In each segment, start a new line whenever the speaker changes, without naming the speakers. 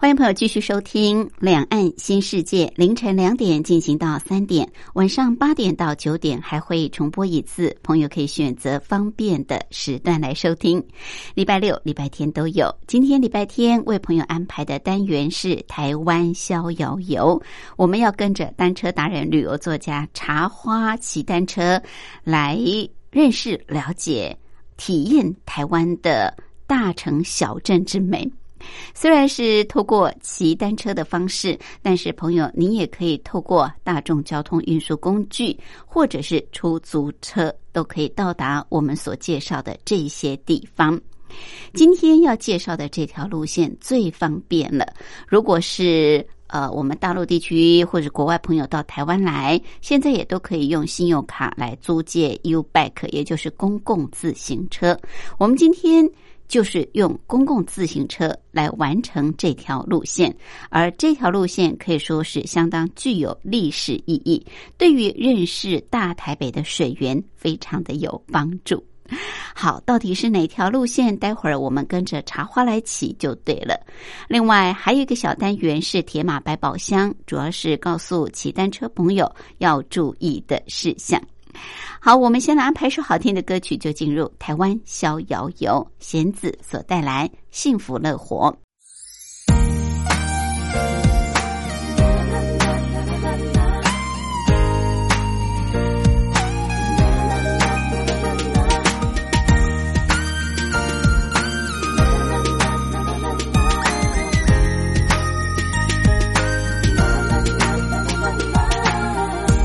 欢迎朋友继续收听《两岸新世界》，凌晨两点进行到三点，晚上八点到九点还会重播一次，朋友可以选择方便的时段来收听。礼拜六、礼拜天都有。今天礼拜天为朋友安排的单元是《台湾逍遥游》，我们要跟着单车达人、旅游作家茶花骑单车来认识、了解、体验台湾的大城小镇之美。虽然是透过骑单车的方式，但是朋友，您也可以透过大众交通运输工具或者是出租车，都可以到达我们所介绍的这些地方。今天要介绍的这条路线最方便了，如果是。呃，我们大陆地区或者国外朋友到台湾来，现在也都可以用信用卡来租借 U Bike，也就是公共自行车。我们今天就是用公共自行车来完成这条路线，而这条路线可以说是相当具有历史意义，对于认识大台北的水源非常的有帮助。好，到底是哪条路线？待会儿我们跟着茶花来骑就对了。另外还有一个小单元是铁马百宝箱，主要是告诉骑单车朋友要注意的事项。好，我们先来安排首好听的歌曲，就进入台湾逍遥游，弦子所带来《幸福乐活》。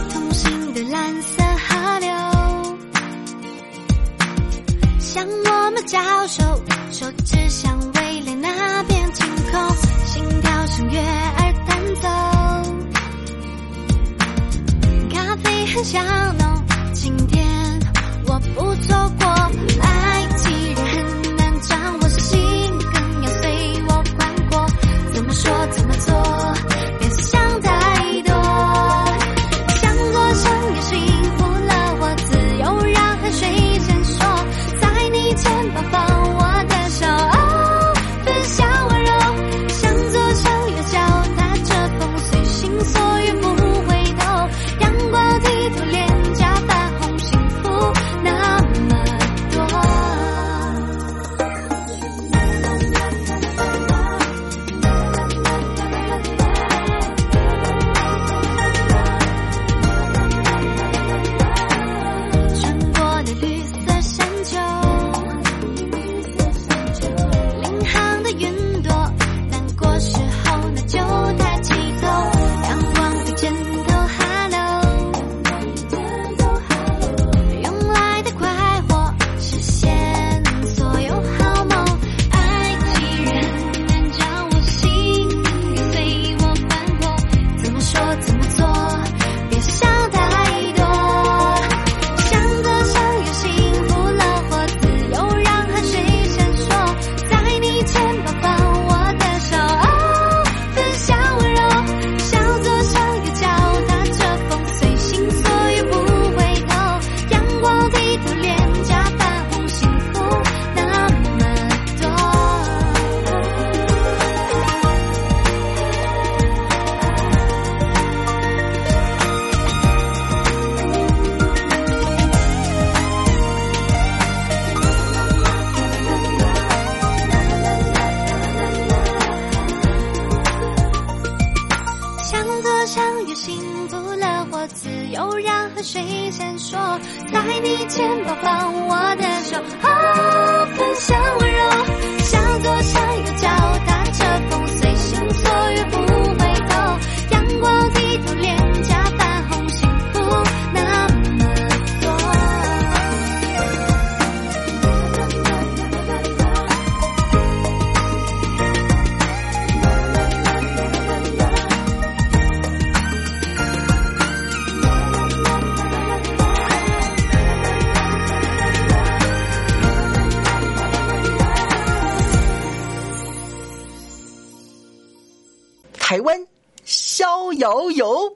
同行的蓝色河流，向我们招手，手指向未来那片晴空，心跳像悦耳弹奏，咖啡很香浓，今天我不错过。爱既然很难掌握，心更要随我宽阔，怎么说怎么做，别想太多。像过上也幸福了，我自由让汗水闪烁，在你肩膀放我的手，哦，分享温柔。向左手右脚踏着风，随心所欲不回头，阳光剔透脸颊泛红，幸福那么多。穿过的绿色山丘，领航的云朵，难过时候那就抬起头，阳光的箭头，hello，用来的快活实现所有好梦，爱既然很难掌握，心也随我翻过，怎么说怎么做，别想太多。向左手又幸福了我，自由让汗水闪烁，在你肩膀放我的手，哦，分享温柔。向左手右脚踏着风，随心所欲不回头，阳光剔透脸颊泛红，幸福那么多。向左向右，幸福了我，自由让汗水闪烁，在你肩膀放我的手，哦，分享温柔。向左向右，脚踏着风，随心所欲不回头，阳光剔透脸颊泛红，幸福那么多。
有有。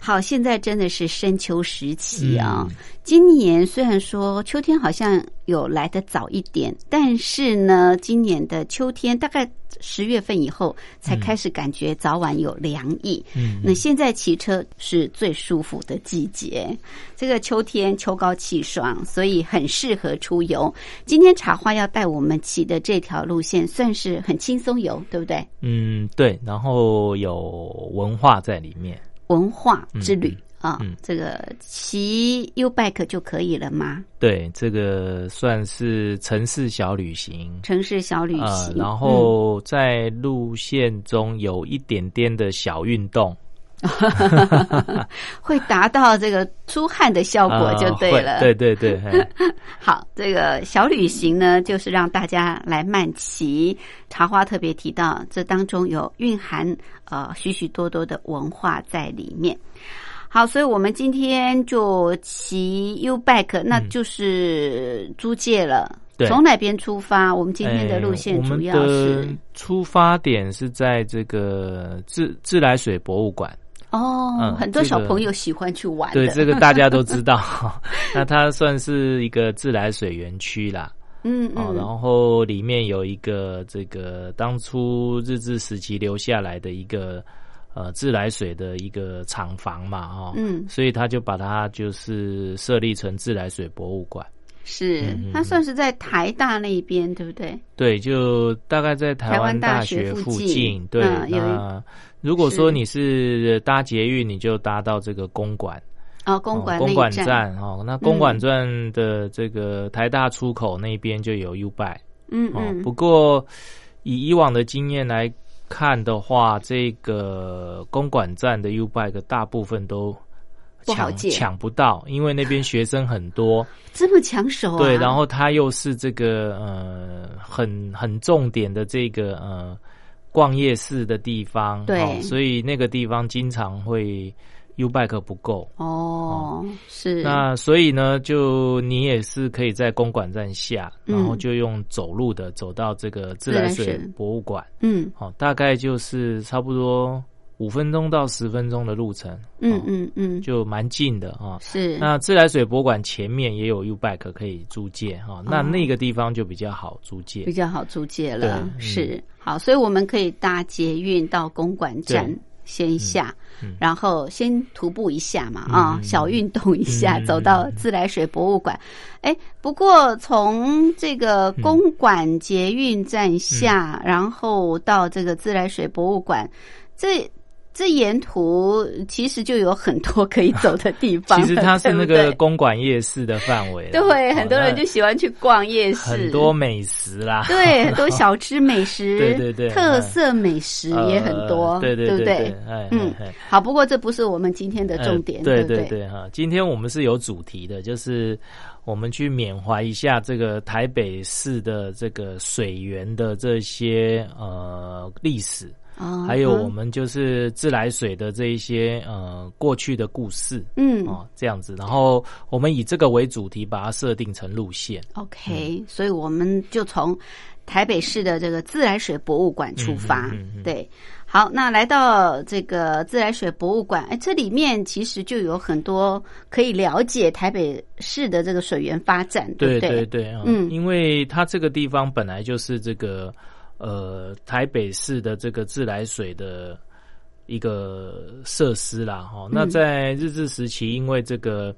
好，现在真的是深秋时期啊、
嗯
今年虽然说秋天好像有来的早一点，但是呢，今年的秋天大概十月份以后才开始感觉早晚有凉意。
嗯，
那现在骑车是最舒服的季节，这个秋天秋高气爽，所以很适合出游。今天茶花要带我们骑的这条路线算是很轻松游，对不对？
嗯，对，然后有文化在里面，
文化之旅
嗯、
啊，
嗯
这个骑 U bike 就可以了吗？
对，这个算是城市小旅行。
城市小旅
呃
行，，嗯
然后在路线中有一点点的小运动，
嗯会达到这个出汗的效果
呃
就对
会
了。
对 对对，嘿
好，这个小旅行呢，就是让大家来慢骑。茶花特别提到，这当中有蕴含呃许许多多的文化在里面。好，所以我们今天就骑 U bike，那就是租借了。
对
从哪边出发？我们今天的路线
哎
主要
我
是
们的出发点是在这个自自来水博物馆。
哦，
嗯
很多
这
小
个
朋友喜欢去玩的。
对，这个大家都知 道。那它算是一个自来水园区啦，
嗯
哦，
嗯，
然后里面有一个这个当初日治时期留下来的一个呃自来水的一个厂房嘛，哦，
嗯
所以他就把它就是设立成自来水博物馆。
是
嗯嗯，
它算是在台大那边，对不对？
对，就大概在
台
台
湾
湾
大
大
学
学
附
附
近
近。对，
嗯有一
那如果说
是
你是搭捷运，你就搭到这个公馆，
哦，公馆
哦
那
公馆
一嗯
站哦。那公馆站的这个台大出口那边就有 U Bike
嗯
哦。
嗯
不，过以以往的经验来看的话，这个公馆站的 U Bike 大部分都
不好
抢
借
抢不到，因为那边学生很多。
这么抢手啊！
对，然后它又是这个呃很很重点的这个呃逛夜市的地方，
对
哦所以那个地方经常会 U bike 不够。
哦，是
那所以呢，就你也是可以在公馆站下，
嗯
然后就用走路的走到这个自
自来
来
水
水博物馆，
嗯
哦，大概就是差不多五分钟到十分钟的路程，
嗯
哦
嗯嗯，
就蛮近的啊。哦
是
那自来水博物馆前面也有 U Bike 可以租借哈、那那个地方就比较好租借
哦比。较好租借了，
对嗯
是好，所以我们可以搭捷运到公馆站
对
先下
嗯嗯。
然后先徒步一下嘛，啊、
嗯
小运动一下，
嗯
走到自来水博物馆。哎，不过从这个
嗯
公馆捷运站下，然后到这个自来水博物馆，这这沿途其实就有很多可以走的地方
其
了。
实它是那
对不
个
对
公馆夜市的范围啦，
对，
哦
很多人
那
就喜欢去逛夜市，
很多美食啦，
对，很多小吃美食，
对对对
特色美食也很多，
呃对
对
对
不
对，哎
嗯，好，不过这不是我们今天的重点，
对
不对？
对哈。今天我们是有主题的，就是我们去缅怀一下这个台北市的这个水源的这些呃历史，
啊
还有我，们就是自来水的这一些呃过去的故事。
嗯
哦，这样子，然后我们以这个为主题，把它设定成路线。
，OK，所以我们就从台北市的这个自来水博物馆出发，
嗯嗯嗯嗯
对。好，那来到这个自来水博物馆，哎，这里面其实就有很多可以了解台北市的这个水源发展，
对
不对？
对对，
嗯
嗯，因为它这个地方本来就是这个呃台北市的这个自来水的哦嗯一个设施啦，哈、那在日治时期，因为这个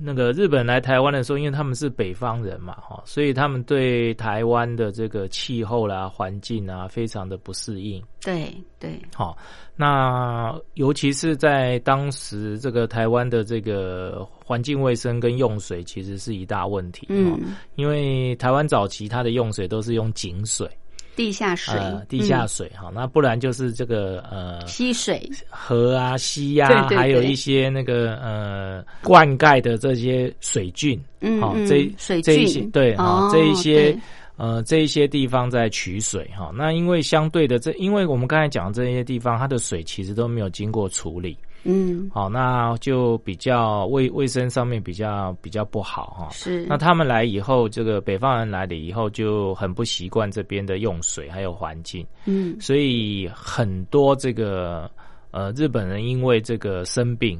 那个日本来台湾的时候，因为他们是北方人嘛，哈，所以他们对台湾的这个气候啦、环境啊，非常的不适应。
对对，
好，那尤其是在当时这个台湾的这个环境卫生跟用水其实是一大问题。哦，
嗯，
因为台湾早期它的用水都是用井水、
地下水
呃，地下
嗯
水，哈、那不然就是这个呃
溪水，
河啊、溪呀、
对对对
还有一些那个呃灌溉的这些水郡，
嗯
好、
嗯
这
水
这一
郡
些对
哦
好这一些
对
呃这一些地方在取水哈、那因为相对的这，因为我们刚才讲的这些地方，它的水其实都没有经过处理，
嗯，
好、那就比较卫卫生上面比较比较不好哈、
是
那他们来以后，这个北方人来了以后就很不习惯这边的用水还有环境，
嗯
所以很多这个呃日本人因为这个生病，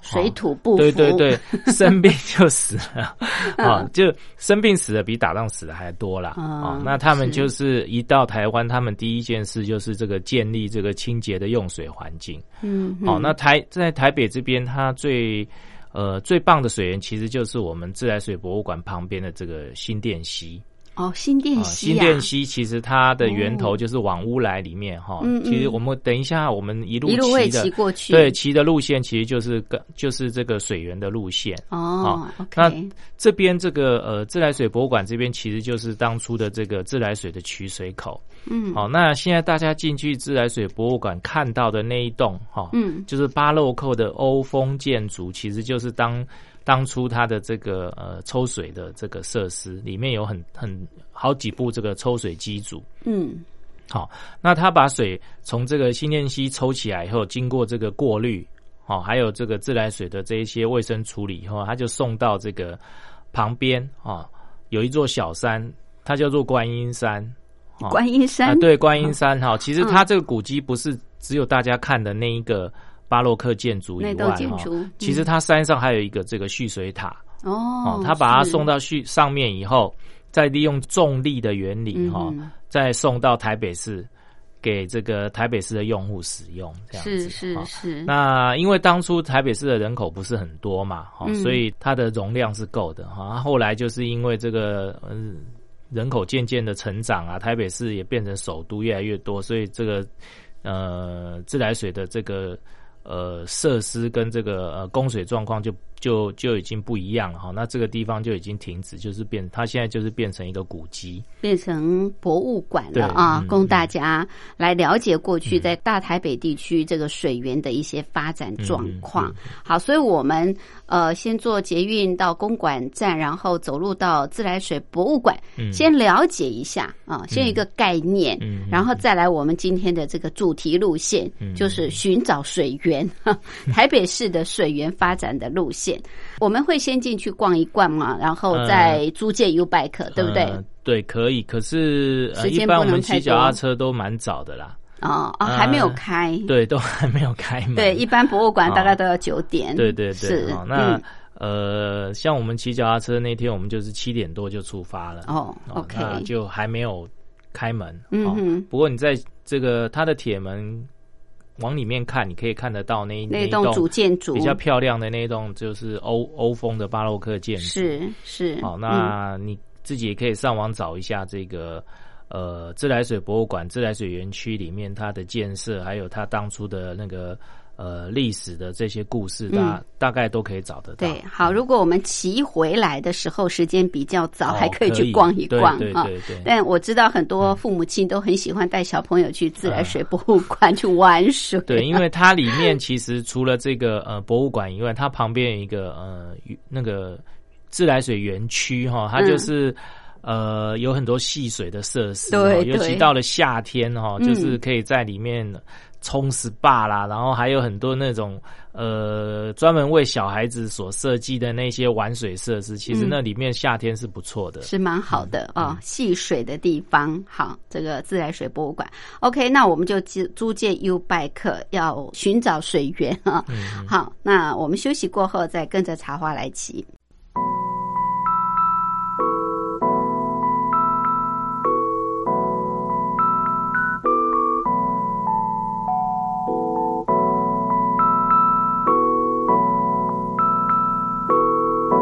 水土不服，嗯
对对 对，生病就死了啊，就生病死的比打仗死的还多啦啊
嗯。
那他们
是
就是一到台湾，他们第一件事就是这个建立这个清洁的用水环境。
嗯，嗯
哦，那台在台北这边，它最呃最棒的水源其实就是我们自来水博物馆旁边的这个新店溪。
哦新店
啊，
溪
新
呀，
店溪其实它的源头就是往乌来里面哈、
嗯嗯
其实我们等一下，我们一路
一路会
骑
骑
的，
过去，
对，骑的路线其实就是跟就是这个水源的路线。
哦，OK，
那这边这个呃自来水博物馆这边其实就是当初的这个自来水的取水口。
嗯，
好、那现在大家进去自来水博物馆看到的那一栋哈、
嗯
就是巴洛克的欧风建筑，其实就是当当初它的这个呃抽水的这个设施，里面有很很好几部这个抽水机组。
嗯
好、那它把水从这个新店溪抽起来以后，经过这个过滤，哦，还有这个自来水的这一些卫生处理以后，它就送到这个旁边哦，有一座小山，它叫做观音山。哦
观音
啊，
山，嗯
对，观音山哈，其实它这个古迹不是只有大家看的那一个巴洛克建筑以
那
外
栋建
哈，
筑，
其实它山上还有一个这个蓄水塔
嗯
哦
哦，，
它把它
是
送到蓄上面以后，再利用重力的原理哈
嗯，
再送到台北市给这个台北市的用户使用，这样
是
子哦
是
哈
是，
那因为当初台北市的人口不是很多嘛，哈、
嗯
所以它的容量是够的哈。啊后来就是因为这个嗯人口渐渐的成长啊，台北市也变成首都，越来越多，所以这个呃自来水的这个呃设施跟这个呃供水状况就就就已经不一样了哈。那这个地方就已经停止，就是变它现在就是变成一个古迹。
变成博物馆了
对
啊，
嗯
供大家来了解过去在大台北地区这个水源的一些发展状况。
嗯
好，所以我们呃先坐捷运到公馆站，然后走路到自来水博物馆，
嗯
先了解一下啊，先有一个概念。
嗯，
然后再来我们今天的这个主题路线，
嗯
就是寻找水源， 台北市的水源发展的路线。我们会先进去逛一逛嘛，然后再租借 U bike，、对不对？
呃对，可以。可是、呃、
时间
一般
不
我
能
们
太
骑
多
脚踏车都蛮早的啦，
哦哦，还没有
呃
开。
对，都还没有开门。
对，一般博物馆大
哦
概都要九点。
对对对
是。
哦那、
嗯
呃，像我们骑脚踏车那天，我们就是七点多就出发了。
哦
哦
，OK，
那就还没有开门。
嗯
哦，
哼，
不过你在这个它的铁门往里面看，你可以看得到那一
那
一
栋
栋
主建筑
比较漂亮的那一栋，就是欧欧风的巴洛克建筑。
是是。
好，
嗯
那你自己也可以上网找一下这个呃自来水博物馆、自来水园区里面它的建设，还有它当初的那个呃历史的这些故事，大、大概都可以找得到。
嗯对，好，如果我们骑回来的时候时间比较早，
哦
还可以去逛一逛
对
啊。
对嗯对对。
但我知道很多父母亲都很喜欢带小朋友去自来水博物馆去玩水。
嗯 对，因为它里面其实除了这个呃博物馆以外，它旁边有一个呃那个自来水园区哈，
嗯
它就是、呃有很多戏水的设施，
对
哦尤
对
其到了夏天哈，
嗯
就是可以在里面冲 SPA 啦，然后还有很多那种呃专门为小孩子所设计的那些玩水设施，其实
嗯
那里面夏天是不错的。
是蛮好的哦，戏水的地方，好，这个自来水博物馆。OK，那我们就租租借 U bike 要寻找水源啊。好，那我们休息过后再跟着茶花来骑。
我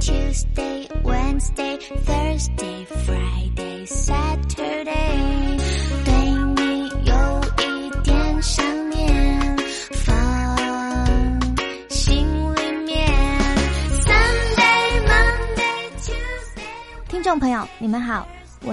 Tuesday, Wednesday, Thursday, Friday, Saturday。对你有一点想念，放心里面。Sunday, Monday, Tuesday。
听众朋友，你们好，我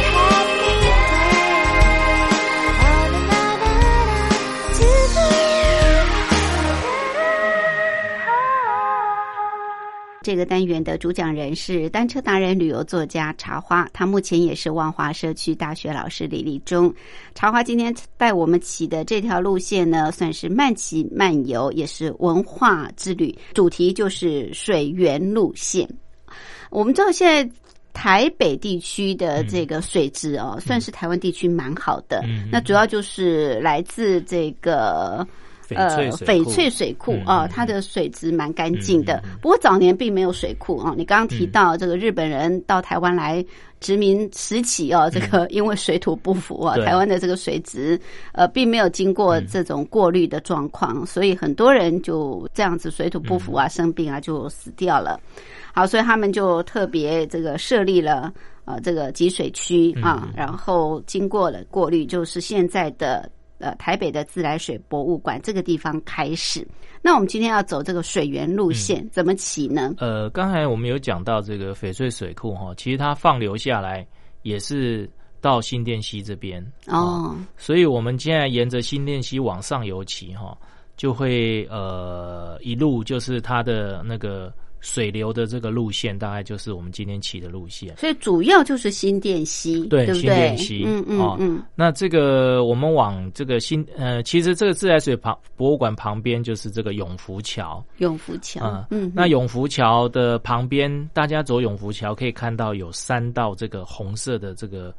这个单元的主讲人是单车达人、旅游作家茶花，他目前也是万华社区大学老师李立忠。茶花今天带我们骑的这条路线呢，算是慢骑慢游，也是文化之旅，主题就是水源路线。我们知道现在。台北地区的这个水质哦，算是台湾地区蛮好的。
嗯嗯
那主要就是来自这个
翡翠水
呃翡
库
翠水库
嗯
啊、
嗯
它的水质蛮干净的。
嗯嗯
不过早年并没有水库啊、你刚刚提
嗯
到这个日本人到台湾来殖民时期哦，这个因为水土不服啊、
嗯对嗯
台湾的这个水质呃并没有经过这种过滤的状况，所以很多人就这样子水土不
嗯
服啊、生病啊就死掉了。好，所以他们就特别这个设立了呃这个集水区
嗯
啊，然后经过了过滤，就是现在的呃台北的自来水博物馆这个地方开始。那我们今天要走这个水源路
嗯
线，怎么起呢？
呃，刚才我们有讲到这个翡翠水库哈，其实它放流下来也是到新店溪这边，
哦，
所以我们现在沿着新店溪往上游骑哈，就会呃一路就是它的那个水流的这个路线，大概就是我们今天骑的路线。
所以主要就是新店溪，
对
不
新
对
店？溪
嗯嗯
哦
嗯，
那这个我们往这个新呃，其实这个自来水旁博物馆旁边就是这个永福桥，
永福桥
啊，
嗯，
那永福桥的旁边，大家走永福桥可以看到有三道这个红色的这个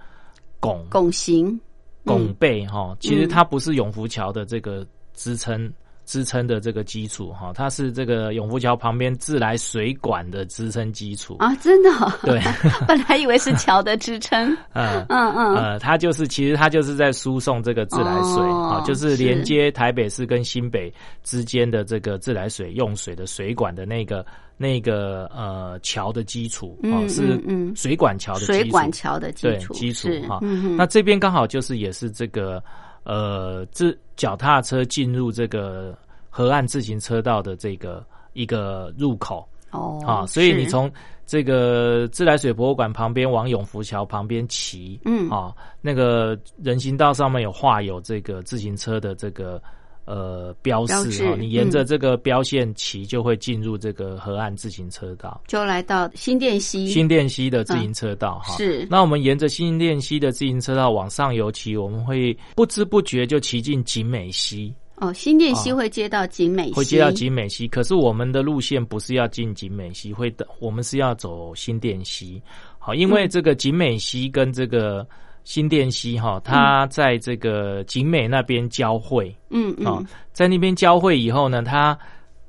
拱
拱形，
拱
嗯
背哈、其实它不是永福桥的这个支撑支撑的这个基础哈、它是这个永福桥旁边自来水管的支撑基础。
啊，真的 哦，
对，
本来以为是桥的支 撑，
嗯。
嗯嗯，
呃，它就是其实它就是在输送这个自来水
哦
啊、就是
是
连接台北市跟新北之间的这个自来水用水的水管的那个那个呃桥的基础啊、
嗯
是
嗯嗯
水管桥的基础。
水管桥的基
对
础，
基础
是
哈、
嗯哼
那这边刚好就是也是这个呃自脚踏车进入这个河岸自行车道的这个一个入口
哦
啊、所以你
是
从这个自来水博物馆旁边往永福桥旁边骑，
嗯
啊，那个人行道上面有画有这个自行车的这个。呃，标
标
示
志
啊，你沿着
嗯
这个标线骑，就会进入这个河岸自行车道。
就来到新店溪，
新店溪的自行车道
嗯
哈、
啊是
那我们沿着新店溪的自行车道往上游骑，我们会不知不觉就骑进景美溪，
哦，新店溪会接到景美溪，
啊会接到景美溪。可是我们的路线不是要进景美溪，会的，我们是要走新店溪。好，因为这个景美溪跟这个新店溪哈，它在这个景美那边交汇
嗯
啊、
嗯，
在那边交汇以后呢，它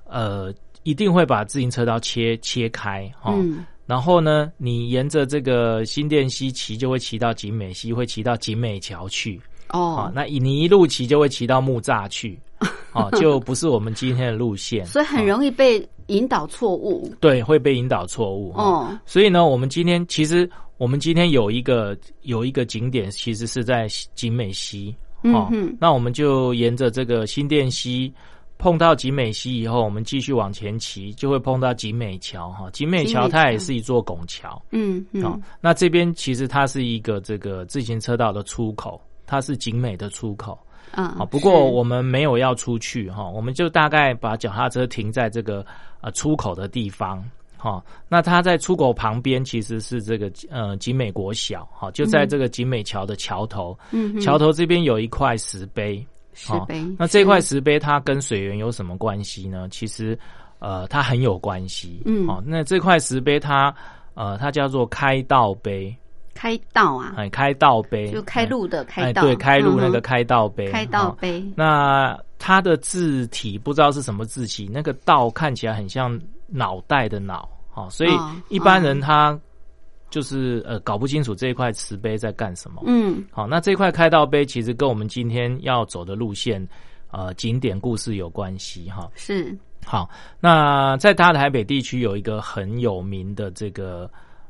呃一定会把自行车道切切开哈。
嗯，
然后呢，你沿着这个新店溪骑，就会骑到景美溪，会骑到景美桥去。啊、
哦，
那你一路骑就会骑到木栅 去，啊，就不是我们今天的路线，
所以很
易、
容易被引导错误，
对会被引导错误。哦，
哦，
所以呢，我们今天其实我们今天有一个有一个景点，其实是在景美溪。
嗯
哦，
哼，
那我们就沿着这个新店溪。碰到景美溪以后，我们继续往前骑，就会碰到景美桥哈。景美
景美
桥它也
桥
是一座拱桥，
嗯
哦
嗯，，
那这边其实它是一个这个自行车道的出口，它是景美的出口。
啊
好，不过我们没有要出去哈、我们就大概把脚踏车停在这个呃出口的地方。好、那它在出口旁边其实是这个呃景美国小，好、就在这个景美桥的桥头，
嗯
桥头这边有一块石碑，
是
哦
呗，
那这块
是
石碑它跟水源有什么关系呢？其实，呃，它很有关系。
嗯
哦，那这块石碑它，呃，它叫做开道碑，
开道啊，
哎，开道碑，
就开路的
哎，
开
哎，
道，
对，开路那个
嗯
开道碑，
哼开道
哦
碑，
那它的字体不知道是什么字体，那个“道”看起来很像脑袋的“脑”，哦，所以
哦
一般人他就是呃搞不清楚这一块慈悲在干什么。
嗯
好，那这块开道碑其实跟我们今天要走的路线，呃，景点故事有关系哈。
是
好，那在大台北地区有一个很有名的这个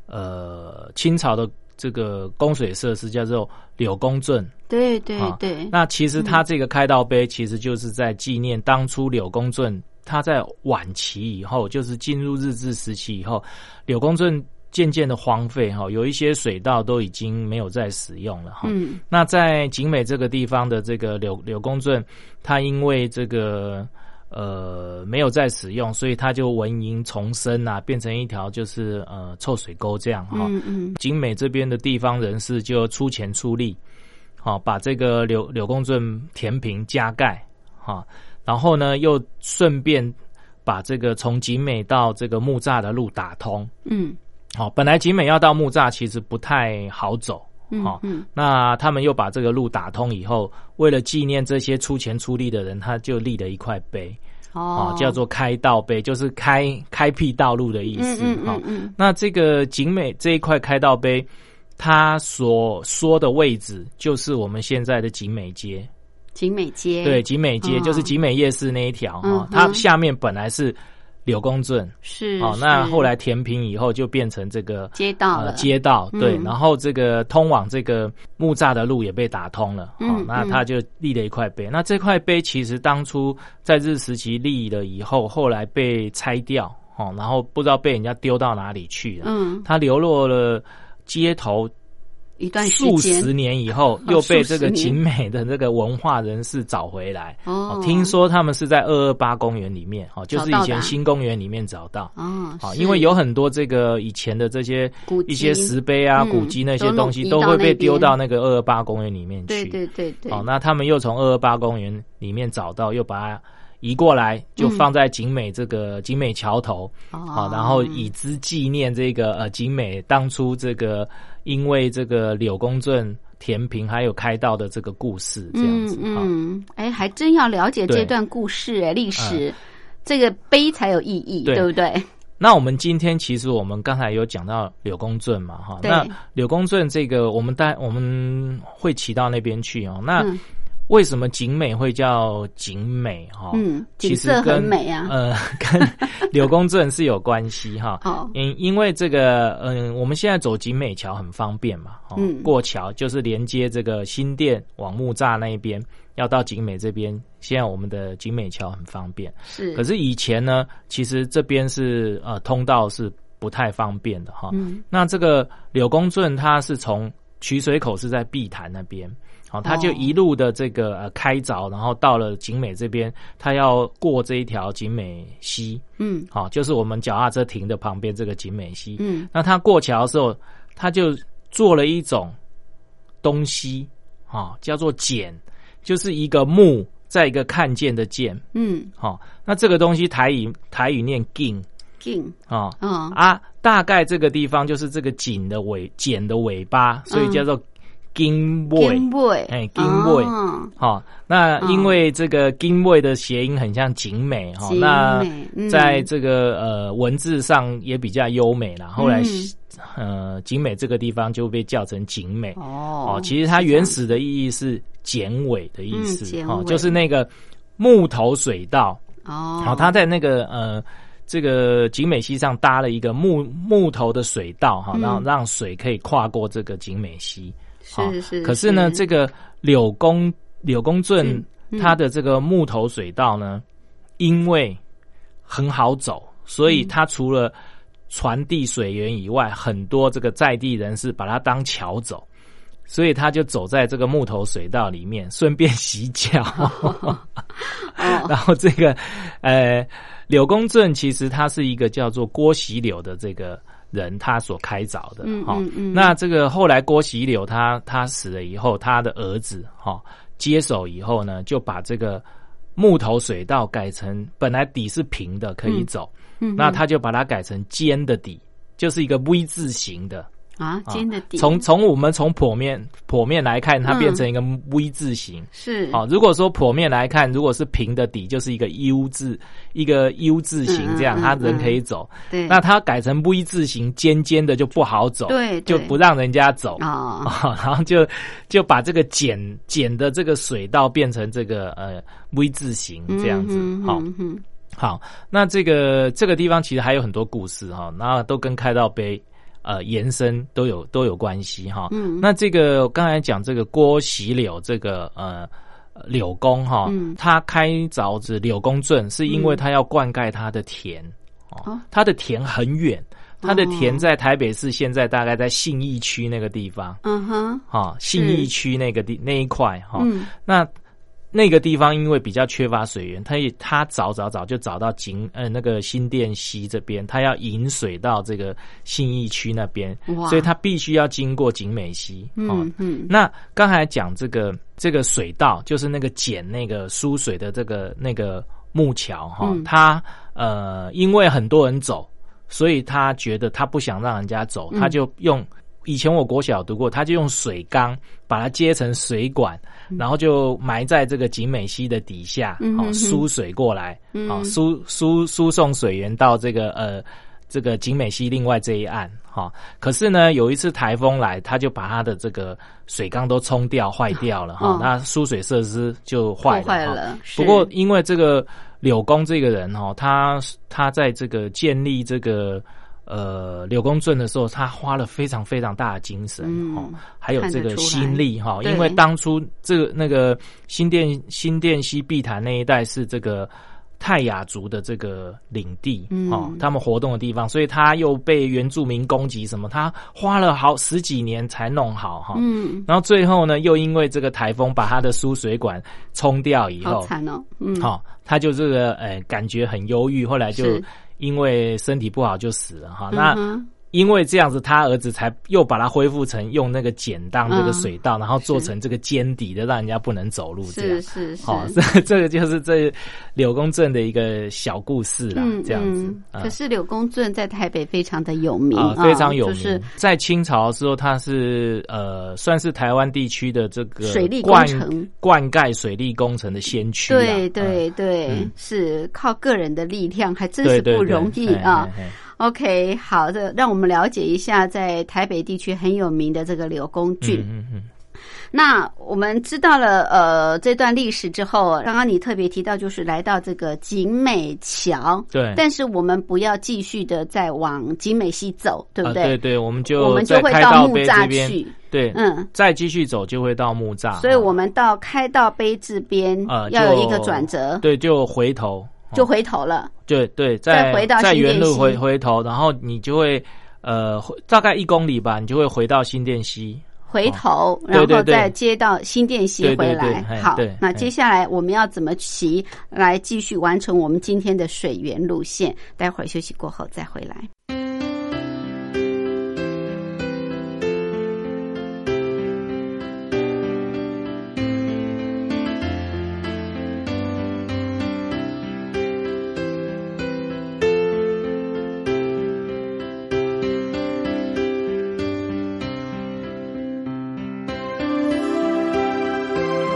呃清朝的这个供水设施叫做柳公圳。
对对
好
对，
那其实它这个开道碑其实就是在纪念当初柳公圳他在晚期以后，就是进入日治时期以后，柳公圳渐渐的荒废哈，有一些水道都已经没有再使用了哈。
嗯
那在景美这个地方的这个柳柳公圳，它因为这个呃没有再使用，所以它就蚊蝇丛生啊，变成一条就是呃臭水沟这样哈、
嗯嗯
景美这边的地方人士就出钱出力，好、把这个柳柳公圳填平加盖，哈、然后呢又顺便把这个从景美到这个木栅的路打通。
嗯
好、本来景美要到木栅其实不太好走，
嗯
好
嗯，
那他们又把这个路打通以后，为了纪念这些出钱出力的人，他就立了一块碑啊、
哦，
叫做开道碑，就是开开辟道路的意
嗯
思啊、
嗯嗯嗯，
那这个景美这一块开道碑，它所说的位置就是我们现在的景美街，
景美街
对，景美街、
哦
就是景美夜市那一条哈、
嗯哼
它下面本来是柳公圳，
是
哦，那
是
后来填平以后就变成这个
街道了
呃、街道对、
嗯
然后这个通往这个木栅的路也被打通了，哦
嗯，
那
嗯
他就立了一块碑。那这块碑其实当初在日时期立了以后，后来被拆掉，哦，然后不知道被人家丢到哪里去了，
嗯
它流落了街头。
一段时
数
间
十年以后，
哦
又被这
数
个
十年
景美的这个文化人士找回来。
哦
哦，听说他们是在二二八公园里面，哦，就是
找
以
到的啊
前新公园里面找到。
哦，
啊，
是
因为有很多这个以前的这些
古迹
一些石碑啊、
嗯
古迹那些东西，
都
都
弄
会被
移
丢
到
到那个二二八公园里面去。
对对对对，
哦，那他们又从二二八公园里面找到，又把它移过来，
嗯
就放在景美这个景美桥头。好、
哦
然后以资纪念这个呃景美当初这个因为这个柳公圳填平还有开道的这个故事这样子。啊。
嗯嗯，哎，还真要了解这
对
段故事哎，历史。这个碑才有意义，
对
对不对？
那我们今天其实我们刚才有讲到柳公圳嘛，哈，
对
那柳公圳这个我们带我们会骑到那边去哦。那
嗯
为什么景美会叫景美哈？
嗯，景
其实
色
跟
很美啊。
呃，跟柳公圳是有关系哈。
哦，
嗯，因为这个，嗯，我们现在走景美桥很方便嘛，哦、
嗯
过桥就是连接这个新店往木栅那一边，要到景美这边，现在我们的景美桥很方便。
是，
可是以前呢，其实这边是呃通道是不太方便的哈。
嗯
那这个柳公圳它是从取水口是在碧潭那边，好、它就
哦
一路的这个呃开凿，然后到了景美这边，它要过这一条景美溪，
嗯
好、就是我们脚踏车停的旁边这个景美溪。
嗯，
那它过桥的时候，它就做了一种东西，啊、叫做简，就是一个木，在一个看见的见。
嗯，
好、那这个东西台语台语念“胫
景，”
啊、
嗯，
啊，大概这个地方就是这个颈的尾茧的尾巴，所以叫做“颈尾”
金味，
哎金味
嗯哦
好、那因为这个“金味”的谐音很像景美哈、
景
那
美嗯嗯
在这个呃文字上也比较优美啦。后来、呃景美这个地方就被叫成景美
哦，
其实它原始的意义是剪尾的意
嗯
思
剪
哦
尾，
就是那个木头水道。
哦，
好，他在那个呃这个景美溪上搭了一个木木头的水道哈，
嗯
让、让水可以跨过这个景美溪。好
是是，
可是呢，这个柳公柳公圳
嗯
它的这个木头水道呢，因为很好走，所以它除了传递水源以外，很多这个在地人士把它当桥走。所以他就走在这个木头水道里面，顺便洗 脚。
哦，
然后这个呃，柳公圳其实他是一个叫做郭喜柳的这个人，他所开凿的
嗯
哈、
嗯嗯
那这个后来郭喜柳他他死了以后，他的儿子哈、接手以后呢，就把这个木头水道改成本来底是平的可以走，
嗯
那他就把它改成尖的底，就是一个 V 字形的。
啊，
啊
尖的底，
从从我们从剖面剖面来看，它
嗯
变成一个 V 字形。
是
好、如果说剖面来看，如果是平的底，就是一个 U 字，一个 U 字形这样，
嗯嗯
它
嗯
人可以走。
对，
那它改成 V 字形，尖尖的就不好走，
对
就
对
不让人家走。
哦，
啊， 然后就就把这个简简的这个水道变成这个呃 V 字形这样子，
嗯
好、
哼哼
好，那这个这个地方其实还有很多故事哈、那都跟开道碑呃延伸都有都有关系哈、
嗯
那这个我刚才讲这个郭喜柳这个呃柳公哈、
嗯
他开凿子柳公圳，是因为他要灌溉他的田、
哦
哦，他的田很远，他的
哦
田在台北市现在大概在信义区那个地方。
嗯哼，
哈、信义区那个地那一块哈、
嗯
那那个地方因为比较缺乏水源，他也他早早早就找到景呃那个新店溪这边，他要引水到这个信义区那边
哇，
所以他必须要经过景美溪。哦
嗯嗯，
那刚才讲这个这个水道，就是那个捡那个输水的这个那个木桥哈、
嗯
它呃，因为很多人走，所以他觉得他不想让人家走，
嗯
他就用。以前我国小读过，他就用水缸把它接成水管，然后就埋在这个景美溪的底下，
嗯
哦
哼，哼
输水过来，
嗯
哦，输输输送水源到这个呃这个景美溪另外这一岸，哦哈、可是呢，有一次台风来，他就把他的这个水缸都冲掉、坏掉了，哈、
哦
那输水设施就
破
坏了，
坏
哈
了，
不
是
过因为这个柳公这个人哦，他他在这个建立这个呃柳公圳的时候，他花了非常非常大的精神
嗯
哦，还有
看得
这个
出来
心力哈、
对
因为当初这个那个新店新店西碧潭那一带是这个。泰雅族的这个领地、
嗯
哦，他们活动的地方，所以他又被原住民攻击什么，他花了好十几年才弄好哈、
嗯，
然后最后呢，又因为这个台风把他的输水管冲掉以
好
后，
惨哦，嗯，
好、他就这个呃感觉很忧郁，后来就是因为身体不好就死了哈、
嗯
那
哼，
因为这样子，他儿子才又把它恢复成用那个剪当这
嗯
个水道，然后做
是
成这个尖底的，让人家不能走路这
是
样。
是是，
好、这 这个就是这柳公镇的一个小故事啦，
嗯
这样子。
嗯
嗯
可是柳公圳在台北非常的有名
啊、
啊，
非常有
就
名。
是
在清朝的时候，它是呃，算是台湾地区的这个
水利工
灌
程
灌溉水利工程的先驱、啊。
对
嗯
对对
嗯，
是靠个人的力量，还真
对
是
对哎
不
对
容易
嘿
啊。
嘿嘿
OK，好的，让我们了解一下在台北地区很有名的这个柳公郡。
嗯嗯
那我们知道了呃这段历史之后，刚刚你特别提到就是来到这个景美桥，
对
但是我们不要继续的再往景美西走，对
嗯，
不
啊
对？
对对，我们就
我们就
在
会
开
到木
碑
栅
这边
去，
对，
嗯，
再继续走就会到木栅，
所以我们到开到碑这边、
呃
要有一
就
个转折，
对哦就回头，
就回头了。
对对，
再
在
回到
在
新
原
店
路
溪
回回头，然后你就会呃回大概一公里吧，你就会回到新店溪，
回头，
对
然
对
后
对
再接到新店溪
对对
回
对
来。
嘿
好
对，
那
嘿
接下来我们要怎么骑来继续完成我们今天的水源路线？待会儿休息过后再回来。
我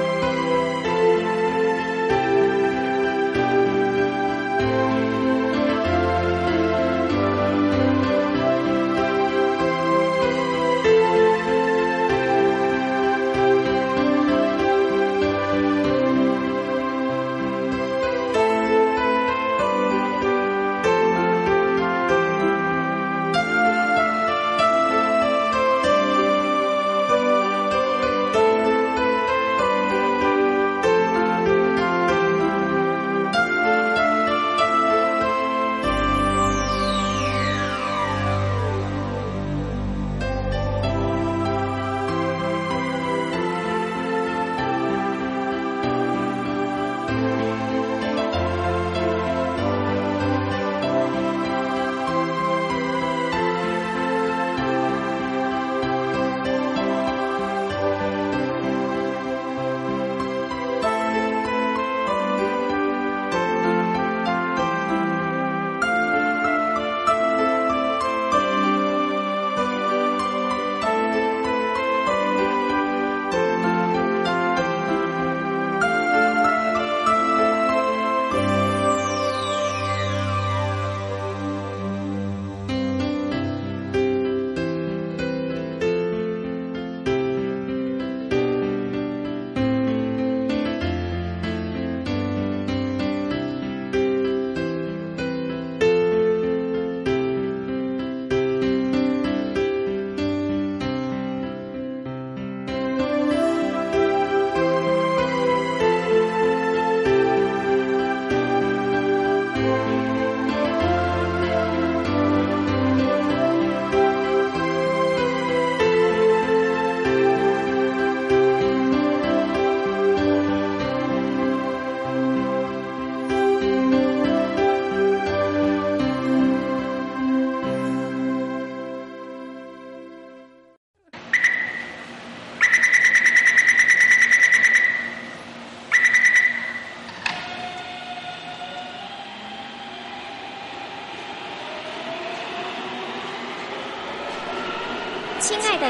的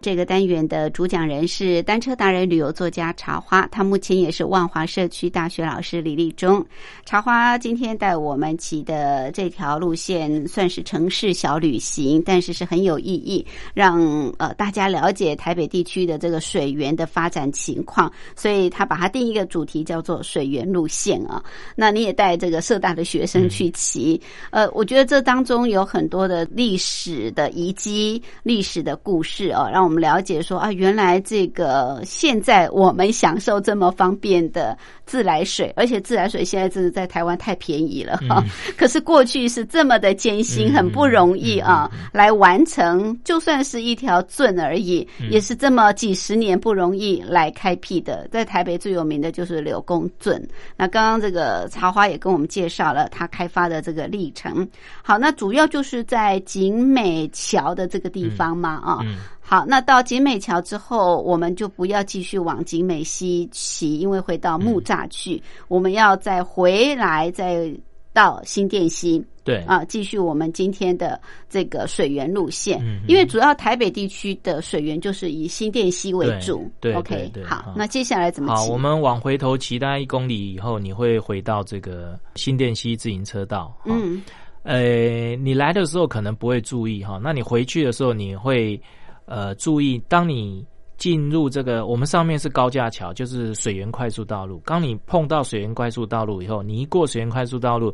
这个单元的主讲人是单车达人、旅游作家茶花，他目前也是万华社区大学老师李立忠。茶花今天带我们骑的这条路线算是城市小旅行，但是是很有意义，让呃大家了解台北地区的这个水源的发展情况。所以他把它定一个主题叫做“水源路线”啊。那你也带这个社大的学
嗯
生去骑，呃，我觉得这当中有很多的历史的遗迹、历史的故事哦，让我们了解说啊，原来这个现在我们享受这么方便的自来水，而且自来水现在真的在台湾太便宜了哈、可是过去是这么的艰辛，
嗯
很不容易啊，来完成，就算是一条圳而已，
嗯
也是这么几十年不容易来开辟的。在台北最有名的就是柳公圳，那刚刚这个茶花也跟我们介绍了它开发的这个历程。好，那主要就是在景美桥的这个地方嘛，啊、
嗯
好，那到景美桥之后，我们就不要继续往景美西骑，因为会到木栅去，
嗯
我们要再回来，再到新店西
对，
啊，继续我们今天的这个水源路线。
嗯嗯
因为主要台北地区的水源就是以新店西为
对
主。
对
o k
对对
好
好，
那接下来怎么
好，
骑？
我们往回头骑大概一公里以后，你会回到这个新店溪自行车道。哈，
嗯
呃，你来的时候可能不会注意哈，那你回去的时候你会呃注意，当你进入这个我们上面是高架桥，就是水源快速道路。当你碰到水源快速道路以后，你一过水源快速道路，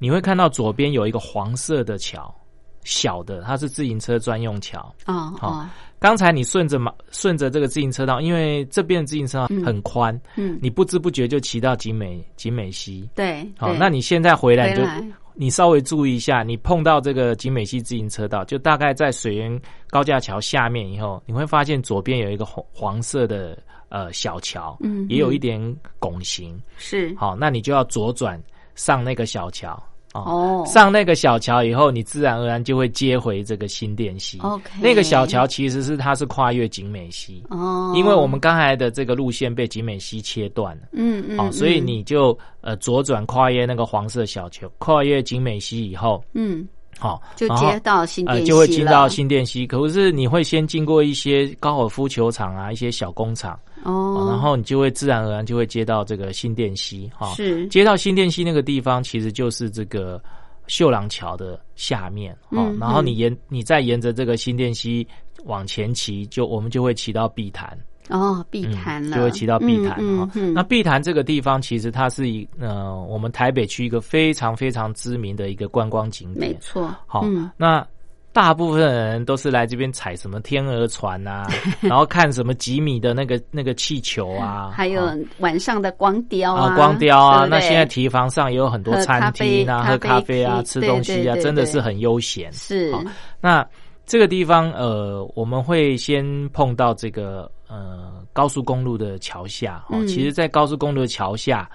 你会看到左边有一个黄色的桥，小的，它是自行车专用桥。
哦
好
哦
刚才你顺着马顺着这个自行车道，因为这边的自行车道很宽，
嗯，
你不知不觉就骑到景美景美溪。
对，
好，
对
那你现在回来
回
你就
来
你稍微注意一下，你碰到这个景美溪自行车道，就大概在水源高架桥下面以后，你会发现左边有一个黄黄色的呃小桥，
嗯
也有
嗯
一点拱形。
是
好，那你就要左转上那个小桥。哦
哦
上那个小桥以后，你自然而然就会接回这个新店溪。
OK
那个小桥其实是它是跨越景美溪，
哦，
因为我们刚才的这个路线被景美溪切断了。
嗯嗯
哦，所以
嗯
你就呃左转跨越那个黄色小桥，跨越景美溪以后，
嗯
好、
就
然后
接到新店
呃
溪了、
就会进到新店溪。可是你会先经过一些高尔夫球场啊，一些小工厂，
哦
哦，然后你就会自然而然就会接到这个新店溪哈。
是
接到新店溪那个地方，其实就是这个秀朗桥的下面哦。
嗯
然后
嗯
你沿你再沿着这个新店溪往前骑，就我们就会骑到碧潭。
哦，碧
嗯
潭了，
就会骑到碧潭
嗯
哈
嗯。
那碧潭这个地方，其实它是一呃，我们台北区一个非常非常知名的一个观光景
没
点。
错，
好
嗯，
那大部分人都是来这边踩什么天鹅 船啊，然后看什么几米的那个那个气球啊，
还有
哦
晚上的光雕
啊光雕啊。
对不
那
对
现在提防上也有很多
喝咖
餐
啡
厅啊，
咖
喝咖
啡
啡啊，
厅
吃
对
东
对
西啊，
对
真的
对
是很悠闲。
是
好那这个地方，呃，我们会先碰到这个呃高速公路的桥下哦。
嗯
其实，在高速公路的桥下，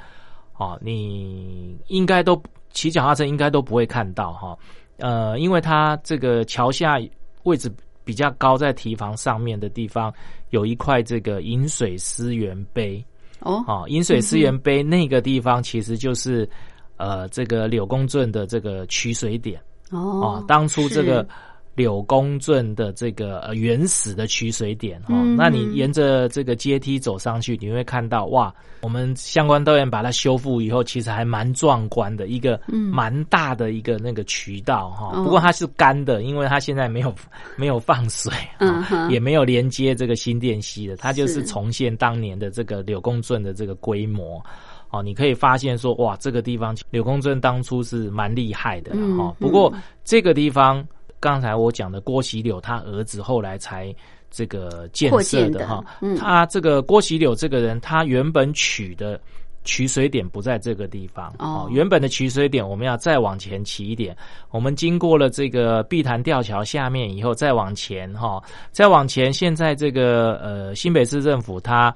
哦，你应该都骑脚踏车应该都不会看到哈、呃，因为它这个桥下位置比较高，在堤防上面的地方有一块这个饮水思源碑
哦，
哦，饮水思源碑那个地方其实就是呃这个柳公圳的这个取水点。
哦
哦，，当初这个
是
柳公圳的这个呃原始的取水点哦，
嗯
那你沿着这个阶梯走上去，你会看到哇，我们相关导演把它修复以后，其实还蛮壮观的一个
嗯
蛮大的一个那个渠道哈、
哦
不过它是干的，因为它现在没有没有放水、
嗯
哦
哼
也没有连接这个新店溪的，它就是
是
重现当年的这个柳公圳的这个规模。哦，你可以发现说，哇，这个地方柳公圳当初是蛮厉害的啦
嗯
哈、
嗯
不过这个地方，刚才我讲的郭喜柳他儿子后来才这个建
扩
设
建的
哈、
嗯
他这个郭喜柳这个人，他原本娶的取水点不在这个地方
哦
原本的取水点我们要再往前骑一点，我们经过了这个碧潭吊桥下面以后，再往前哈、再往前，现在这个呃新北市政府它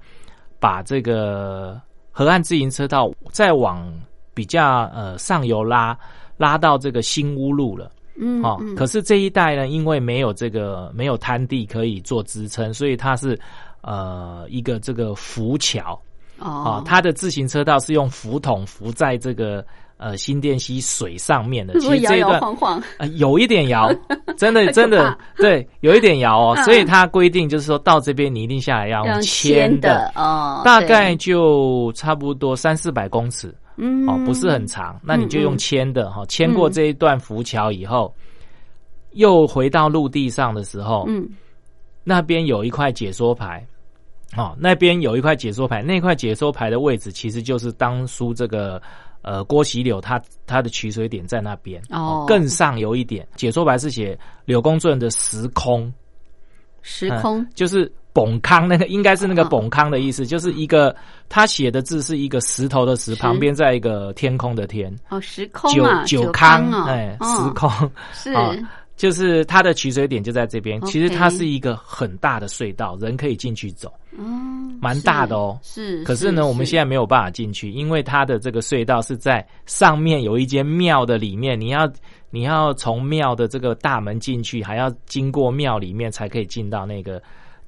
把这个河岸自行车道再往比较呃上游拉，拉到这个新屋路了。
嗯
哦，可是这一带呢，因为没有这个没有滩地可以做支撑，所以它是呃一个这个浮桥啊、
哦，
它的自行车道是用浮筒浮在这个呃新店溪水上面的。
会
其
不会
实
摇
这一
摇
段
晃晃？
呃有一 点摇，真的
很可
真的对，有一点摇哦，
嗯
所以它规定就是说到这边你一定下来要用
用
牵
的哦，
大
对
概就差不多三四百公尺。
嗯
哦，不是很长，那你就
嗯
用
嗯
牵的哈，牵过这一段浮桥以后，又回到陆地上的时候，
嗯
那边有一块解说牌，哦，那边有一块解说牌，那块解说牌的位置其实就是当初这个呃郭喜柳他他的取水点在那边
哦
更上游一点，解说牌是写柳公圳的时空，
时空
就是。崩康那个应该是那个
哦
崩康的意思，就是一个他写的字是一个石头的石，
石
旁边在一个天空的天，
哦，时空
九
啊，
九
康
康
哦，
哎，
嗯
时空
是
啊就是它的取水点就在这边。其实
OK
它是一个很大的隧道，人可以进去走，
嗯，
蛮大的哦。
是，
可是呢，我们现在没有办法进去，因为它的这个隧道是在上面有一间庙的里面，你要你要从庙的这个大门进去，还要经过庙里面才可以进到那个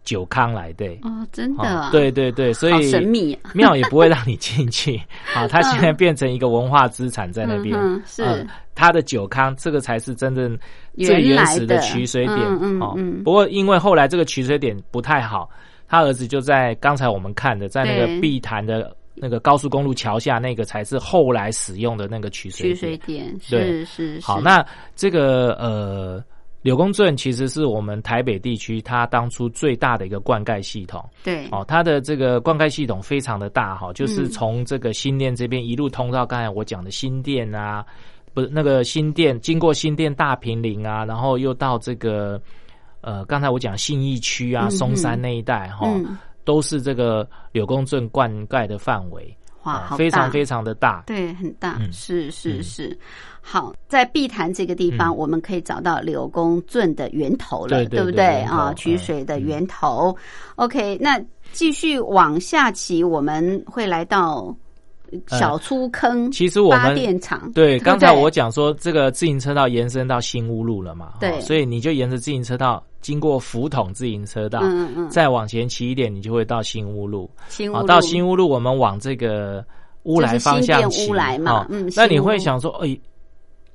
九康来对。
在哦，真的
啊
啊，
对对对，所
好
以
神秘啊，
庙也不会让你进去。好，它现在变成一个文化资产在那边。
嗯哼是
嗯它的酒康，这个才是真正最原始取水点。
原来的嗯嗯
哦
嗯
不过因为后来这个取水点不太好，他儿子就在刚才我们看的，在那
对
个碧潭的那个高速公路桥下，那个才是后来使用的那个取水
取水
点。
点是
对
是是
好，那这个呃。柳公圳其实是我们台北地区它当初最大的一个灌溉系统，
对
哦，它的这个灌溉系统非常的大哈，就是
嗯
从这个新店这边一路通到刚才我讲的新店啊，不是那个新店，经过新店大平林啊，然后又到这个呃刚才我讲信义区啊、
嗯
松山
嗯
那一带哈，
嗯，
都是这个柳公圳灌溉的范围，
哇，
哦
好
非
大
常非常的大。
对，很大，
嗯
是是
嗯
是。好，在碧潭这个地方，
嗯
我们可以找到柳公圳的源头了，
对对
不
对
对
源头
啊？
嗯
取水的
嗯
源头。OK，那继续往下骑，我们会来到呃小粗坑、
呃其实我
发
们
电厂。
对，
不
刚才
对
我讲说这个自行车道延伸到新屋路了嘛，
对
哦所以你就沿着自行车道经过福桶自行车道，
嗯嗯嗯
再往前骑一点，你就会到新屋路。
新
啊
屋，
到
路
新屋路，我们往这个乌来方向
就是新
骑。
店乌来嘛
哦
嗯
那你
新屋
会
路
想说，哎，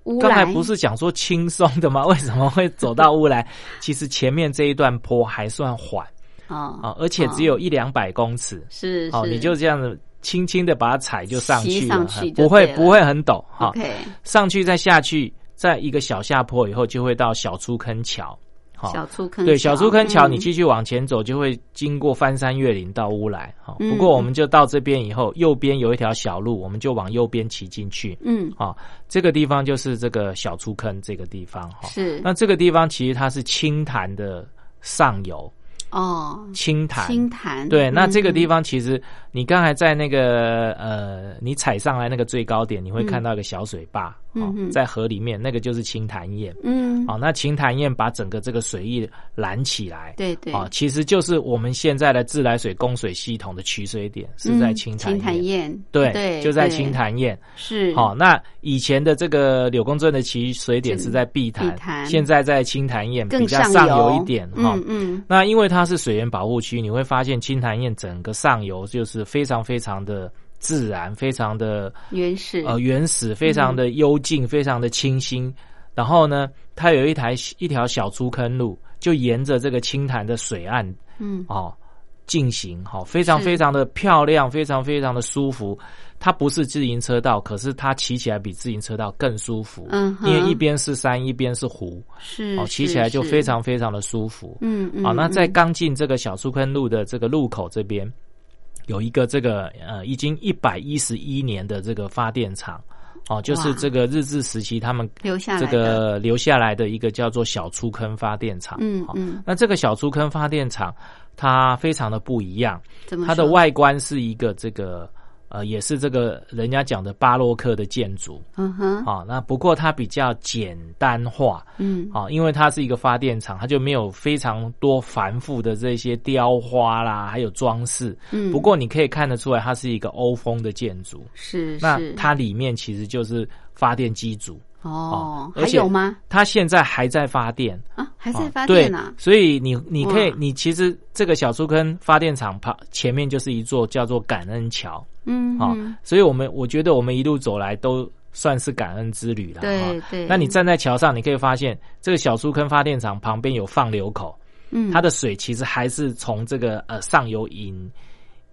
乌
刚才
来
不是讲说轻松的吗？为 什么会走到 乌来？其实前面这一段坡还算缓
哦
啊，而且只有一两百公尺，
是
哦，
是
你就这样子轻轻的把它踩就上
骑
去
上
了，
去就
不会
对了
不会很陡哈。
OK
上去再下去，在一个小下坡以后，就会到小出坑桥。好
小粗坑嗯
对小
粗
出坑桥，你
去
继续往前走，就会经过翻山越岭到乌来。好，
嗯
不过我们就到这边以后，右边有一条小路，我们就往右边骑进去。
嗯
啊，这个地方就是这个小出坑这个地方哈。
是
那这个地方其实它是清潭的上游，
哦
清潭。
清潭嗯
对，那这个地
方
方其实你刚才在那个呃，你踩上来那个最高点，你会看到一个小水坝，
嗯
哦
嗯哼
在河里面，那个就是清潭堰。
嗯
哦，那清潭堰把整个这个水域拦起来，
对对
哦，其实就是我们现在的自来水供水系统的取水点是在
嗯
清潭
清潭
堰，
堰
对，
对
就在
对
清潭堰。
是
好、那以前的这个柳公圳的取水点
是
是在碧潭，
碧潭
现在在清潭堰比
更
较
上
上游一点哈。
嗯嗯，
那因为它是水源保护区，你会发现清潭堰整个上游就是非常非常的自然，非常的
原始
呃原始，非
嗯
常的幽静，非常的清新。然后呢，它有一台一条小出坑路，就沿着这个清潭的水岸
嗯
哦进行，好、非常
是
非常的漂亮，非常非常的舒服。它不是自行车道，可是它骑起来比自行车道更舒服，
嗯哼嗯
因为一边是山，一边是湖，
是
哦，骑起来就非常非常的舒服。
嗯嗯
好、那在
嗯
刚进这个小树坑路的这个路口这边，有一个这个呃已经一百一十一年的这个发电厂，哦，就是
哇
这个日治时期他们
留下来
这
的
个留下来的一个叫做小出坑发电厂。哦
嗯
好
嗯
那这个小出坑发电厂它非常的不一样，
怎么
它的
说
外观是一个这个呃，也是这个人家讲的巴洛克的建筑
嗯哼，
啊。那不过它比较简单化
嗯
啊，因为它是一个发电厂，它就没有非常多繁复的这些雕花啦，还有装饰。
嗯，
不过你可以看得出来，它是一个欧风的建筑。
是
那
是
它里面其实就是发电机组，
哦
哦，
还
而且
有吗？
它现在还在发电。
啊，还在发
哦对
电啊？
所以你你可以
哇，
你其实这个小树坑发电厂旁前面就是一座叫做感恩桥
嗯，
啊、
嗯
所以我们我觉得我们一路走来都算是感恩之旅了哈
对。对。
那你站在桥上，你可以发现这个小树坑发电厂旁边有放流口，
嗯，
它的水其实还是从这个呃上游引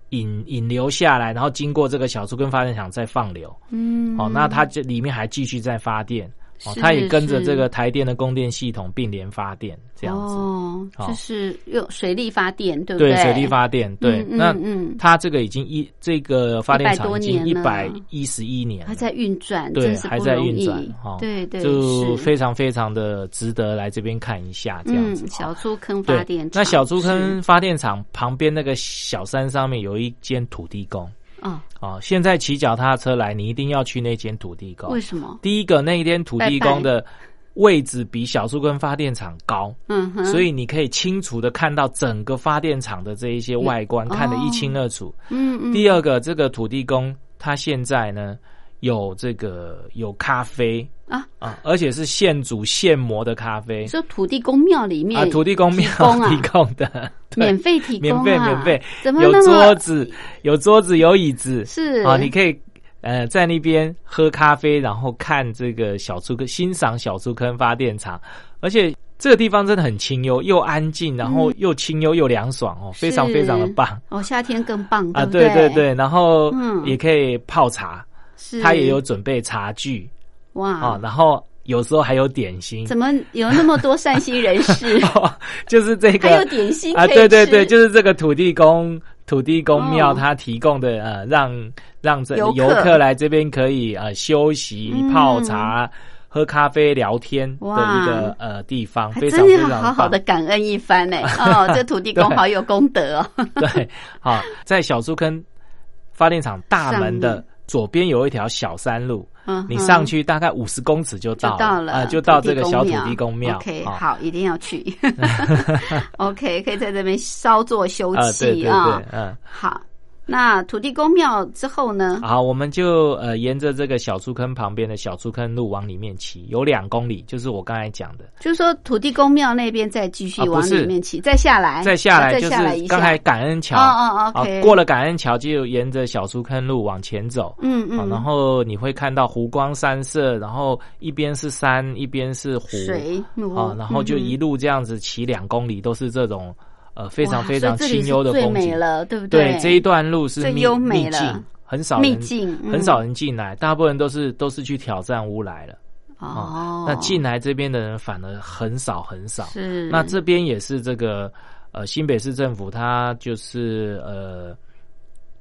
引引流下来，然后经过这个小树坑发电厂再放流。
嗯，
哦，那它这里面还继续在发电，哦，
是
它也跟着
是
这个台电的供电系统并联发电这样子，
哦，
哦
就是用水力发电，对不
对
对，
水力发电，对，
嗯嗯
那
嗯
它这个已经一这个发电
100
厂
多
已经一
年
百
了
一十一年了
还，在运转，
对
真是
还
不
在
容
运
易
转哦
对对，
就是非常非常的值得来这边看一下这样子。
嗯，小
哦
猪坑
对
发电厂，
那小猪
是
坑发电厂旁边那个小山上面有一间土地公
哦，
哦，现在骑脚踏车来，你一定要去那间土地公
为。什么？
第一个，那一间土地公的位置比小树根发电厂高，
嗯哼，
所以你可以清楚的看到整个发电厂的这一些外观，
嗯
看得一清二楚。
嗯嗯，
第二个，这个土地公他现在呢有这个有咖啡
啊
啊，而且是现煮现磨的咖啡
你说土地公庙里面
啊，土地公庙
提供啊
提供的，对
免费提供啊，
免费免费，
怎么
有
那么
桌子有桌子有椅子
是
啊，你可以呃在那边喝咖啡，然后看这个小猪坑，欣赏小猪坑发电厂，而且这个地方真的很清幽，又安静，然后又清幽又凉爽哦，非
嗯
常
是
非常的棒
哦，夏天更棒
啊！
不
对
对
对，对，然后
嗯
也可以泡茶，
是
它也有准备茶具啊
哇，，
然后有时候还有点心，
嗯怎么有那么多善心人 士？
就是这个
还有点心
啊，
可以
对对
吃
对，就是这个土地公土地公庙
哦
它提供的、呃，让让这
游客
游客来这边可以呃休息、
嗯
泡茶、喝咖啡、聊天的
哇
一个呃地方，
还
非常
真
非
要
常
好好的
棒
感恩一番呢。 哦，这土地公
对
好有功德哦。
对，好，在小树坑发电厂大门
上
的
面
左边有一条小山路。
嗯
你
哼
上去大概五十公尺就
就
到了，
到了，
呃就到这个小土地公庙。
OK，
啊
好，一定要 去。OK，可以在这边稍作休
啊，对对
憩啊
对。，嗯，
好，那土地公庙之后呢？
好，我们就呃沿着这个小树坑旁边的小树坑路往里面骑，有两公里，就是我刚才讲的。
就是说土地公庙那边再继续
啊不
往
是
里面骑，再下来，
再下
啊
来
再
就
下来一
是
下
刚才感恩桥，
哦哦，OK，
啊过了感恩桥就沿着小树坑路往前走。
嗯
啊
嗯，
然后你会看到湖光山色，然后一边是山，一边是湖，
水嗯
啊，然后就一
路
路这样子骑两公里，都是这种呃非常非常清幽的
最
风
美
景。
了，对不
对，这一
段
段路是
最
秘
优美
秘
了
境，很少
秘
人
境嗯
很少人进来，大部分都是都是去挑战乌来了。
哦，
啊那进来这边的人反而很少很少。
是
那这啊边也是这个呃新北市政府，它就是呃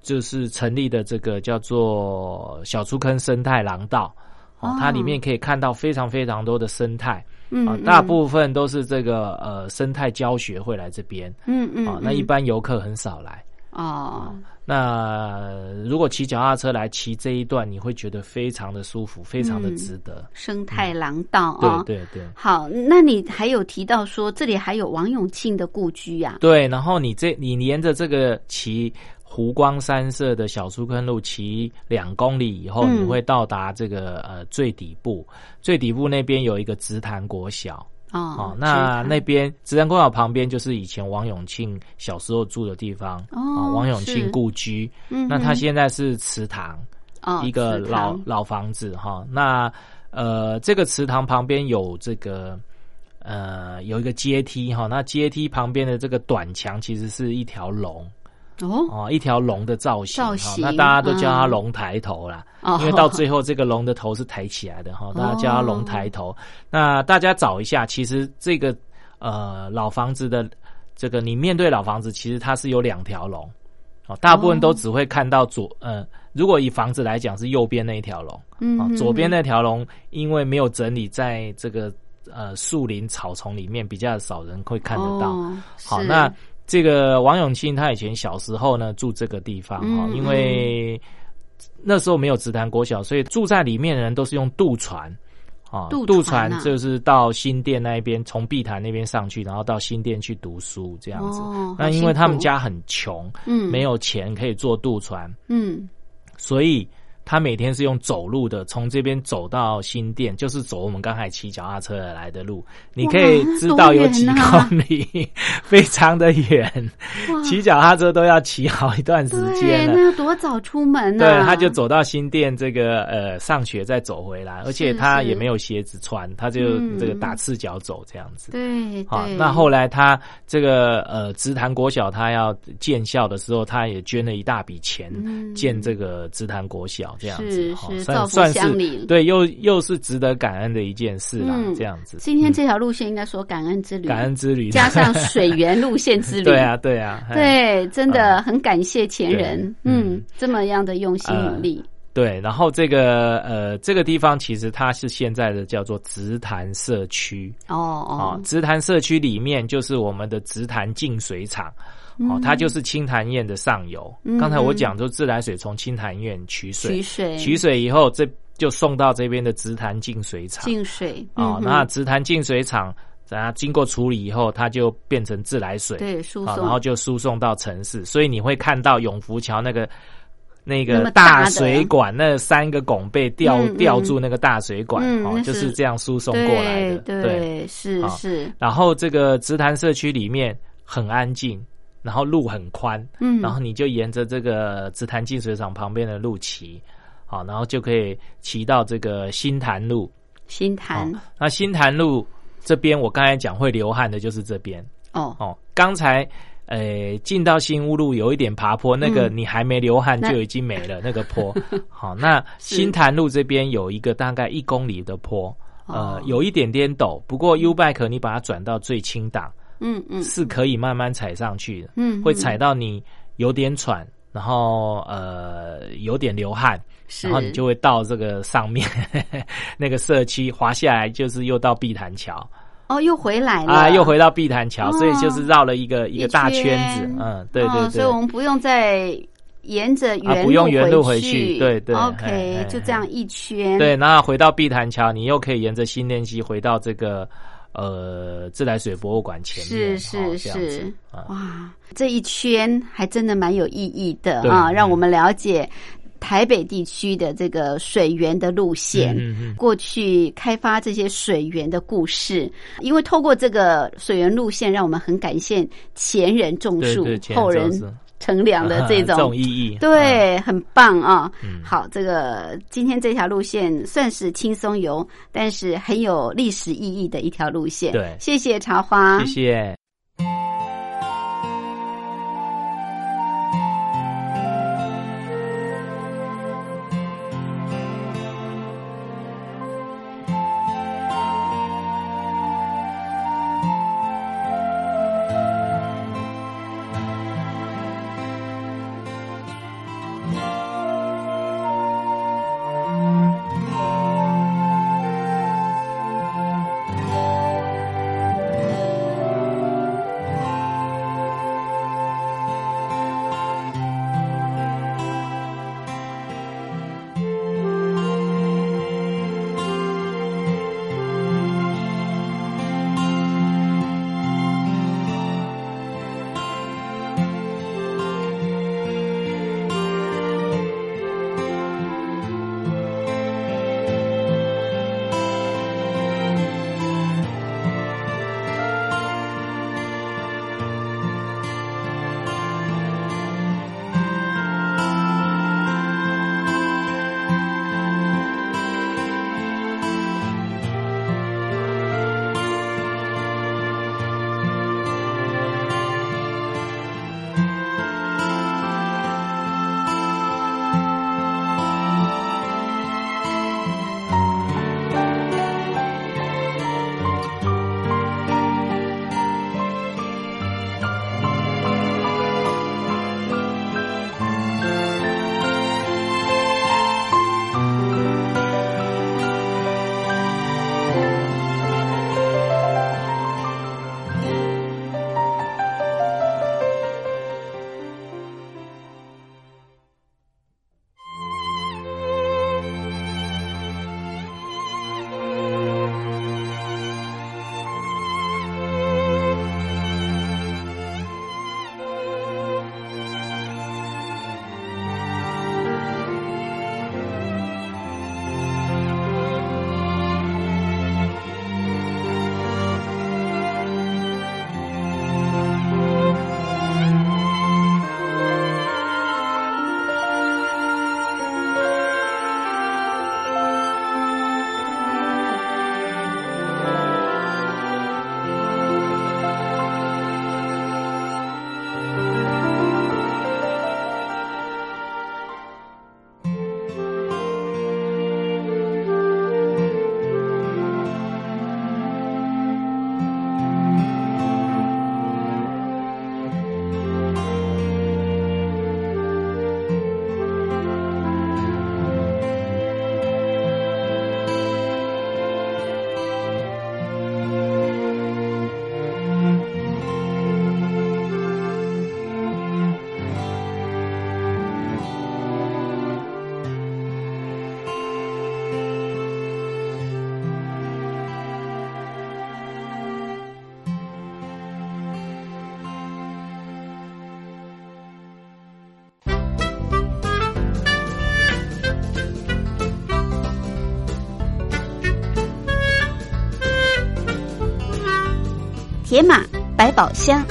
就是成立的这个叫做小竹坑生态廊道。哦
哦，
它里面可以看到非常非常多的生态
嗯
啊，
嗯
大部分都是这个呃生态教学会来这边
嗯嗯
啊，那一
嗯
般游客很少来。
哦
那呃如果骑脚踏车来骑这一段，你会觉得非常的舒服，非常的
嗯
值得。
生态廊道啊，
嗯对对对
好，那你还有提到说这里还有王永庆的故居呀、
对，然后你这你沿着这个骑湖光山色的小树坑路骑两公里以后，
嗯
你会到达这个呃最底部，最底部那边有一个直潭国小
哦，
哦，那
知道
那边直潭国小旁边就是以前王永庆小时候住的地方
哦
啊王永
是
庆故居，
嗯哼
那他现在是祠堂。
哦
一个
祠
老
堂
老房子哈。那呃，这个池塘旁边有这个呃有一个阶梯哈，那阶梯旁边的这个短墙其实是一条龙
哦
哦，一条龙的造型
造
哈。
型
那大家都叫它
嗯
龙抬头啦，
哦，
因为到最后这个龙的头是抬起来的哈，大家叫它龙抬头。那大家找一下，其实这个呃老房子的这个你面对老房子，其实它是有两条龙。哦，大部分都只会看到左，呃，如果以房子来讲是右边那一条龙，
嗯
哦
哼，
左边那条龙因为没有整理在这个呃树林草丛里面，比较少人会看得到。
哦
好，
是
那这个王永庆他以前小时候呢住这个地方哈、
嗯
因为那时候没有直潭国小，所以住在里面的人都是用渡船。啊，
渡
渡
船
船
啊
就是到新店那一边，从碧潭那边上去，然后到新店去读书这样子。
哦
那
好
因
辛
为他们
苦
家很穷，
嗯
没有钱可以坐渡船，
嗯
所以他每天是用走路的，从这边走到新店，就是走我们刚才骑脚踏车来的路。你可以知道有几
多远啊
公里， 非常的远，
嗯哇
骑脚踏车都要骑好一段时
对，
间了。
那要多早出门啊呢、
对，他就走到新店这个呃上学再走回来，而且他也没有鞋子穿，他就
嗯
这个打赤脚走这样子。
对
好，
对，
啊那后来他这个呃，直潭国小他要建校的时候，他也捐了一大笔钱
嗯
建这个直潭国小，这样子
是
哈
是造
算
福
算
乡
是
里
对，又又是值得感恩的一件事啦
嗯，
这样子。
今天
嗯
这条路线应该说感恩之旅，
感恩之旅
加 上水源路线之旅，
对啊，对啊，嘿
对，真的很感谢前人，
对
嗯
嗯，
这么样的用心努力，
对，然后这个呃，这个地方其实它是现在的叫做直潭社区
哦
啊
哦，，
直潭社区里面就是我们的直潭净水厂。哦，它就是清潭堰的上游。
嗯
刚才我
嗯
讲说，自来水从清潭堰取水
取，水，
取水以后，这就送到这边的直潭净水厂
净水嗯
啊、
哼
那直潭净水厂，它经过处理以后，它就变成自来水，
对输
啊、
送，
然后就输送到城市。所以你会看到永福桥那个
那
那个
么大的
水管，那三个拱背吊、
嗯嗯
吊住那个大水管，
嗯那
哦，就是是这样输送
对
过来的。
对，是
啊
是，
然后这个直潭社区里面很安静，然后路很宽，
嗯，
然后你就沿着这个紫潭净水厂旁边的路骑，好，然后就可以骑到这个新潭路。
新潭
哦那新潭路这边，我刚才讲会流汗的就是这边
哦，
哦。刚才呃进到新屋路有一点爬坡，那个
嗯
你还没流汗
那
就已经没了那个 坡。好，那新潭路这边有一个大概一公里的坡，
哦
呃，有一点点陡，不过 U bike 你把它转到最轻档。
嗯嗯
是可以慢慢踩上去的，
嗯
会
嗯
踩到你有点喘，然后呃有点流汗，
是，
然后你就会到这个上面 那个社区滑下来，就是又到碧潭桥
哦又回来了
啊，又。回到碧潭桥，
哦
所以就是绕了一个一个大圈
圈
子，嗯，对
哦
对
所以我
对。
们不用再沿着原
啊不用原路回
去，
去对对嘿
，OK，
嘿
就这样一圈，
对，那回到碧潭桥，你又可以沿着新练溪回到这个呃自来水博物馆前
是
面，
是
哦这样子
是，
啊
哇，这一圈还真的蛮有意义的
对
啊，
嗯
让我们了解台北地区的这个水源的路线。
嗯嗯
过去开发这些水源的故事，因为透过这个水源路线，让我们很感谢前人种
对
树，
对前人
后人
种树啊
乘凉 的这种
意义，嗯
对，很棒啊、
嗯
好，这个今天这条路线算是轻松游，但是很有历史意义的一条路线。
对
谢谢茶花，
谢谢。
我
铁马、百宝箱。